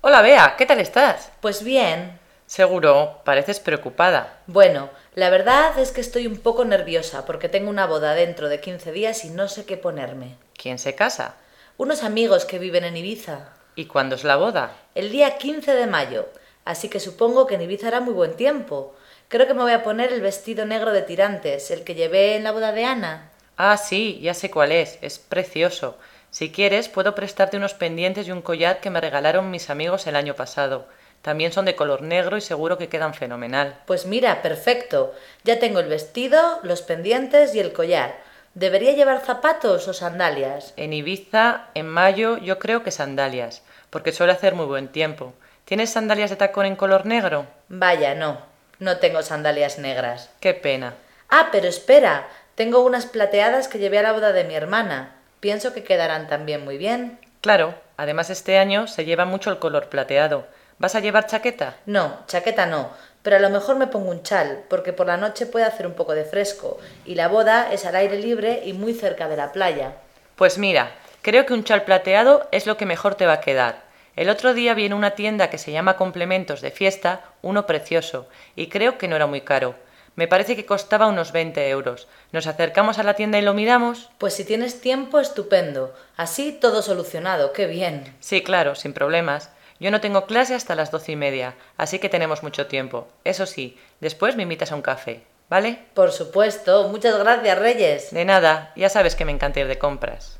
Hola Bea, ¿qué tal estás? Pues bien. Seguro, pareces preocupada. Bueno, la verdad es que estoy un poco nerviosa porque tengo una boda dentro de 15 días y no sé qué ponerme. ¿Quién se casa? Unos amigos que viven en Ibiza. ¿Y cuándo es la boda? El día 15 de mayo. Así que supongo que en Ibiza hará muy buen tiempo. Creo que me voy a poner el vestido negro de tirantes, el que llevé en la boda de Ana. Ah, sí, ya sé cuál es, es precioso. Si quieres, puedo prestarte unos pendientes y un collar que me regalaron mis amigos el año pasado. También son de color negro y seguro que quedan fenomenal. Pues mira, perfecto. Ya tengo el vestido, los pendientes y el collar. ¿Debería llevar zapatos o sandalias? En Ibiza, en mayo, yo creo que sandalias, porque suele hacer muy buen tiempo. ¿Tienes sandalias de tacón en color negro? Vaya, no. No tengo sandalias negras. Qué pena. Ah, pero espera. Tengo unas plateadas que llevé a la boda de mi hermana. Pienso que quedarán también muy bien. Claro, además este año se lleva mucho el color plateado. ¿Vas a llevar chaqueta? No, chaqueta no, pero a lo mejor me pongo un chal, porque por la noche puede hacer un poco de fresco, y la boda es al aire libre y muy cerca de la playa. Pues mira, creo que un chal plateado es lo que mejor te va a quedar. El otro día vi en una tienda que se llama Complementos de Fiesta uno precioso, y creo que no era muy caro. Me parece que costaba unos 20 euros. ¿Nos acercamos a la tienda y lo miramos? Pues si tienes tiempo, estupendo. Así todo solucionado, qué bien. Sí, claro, sin problemas. Yo no tengo clase hasta las doce y media, así que tenemos mucho tiempo. Eso sí, después me invitas a un café, ¿vale? Por supuesto, muchas gracias, Reyes. De nada, ya sabes que me encanta ir de compras.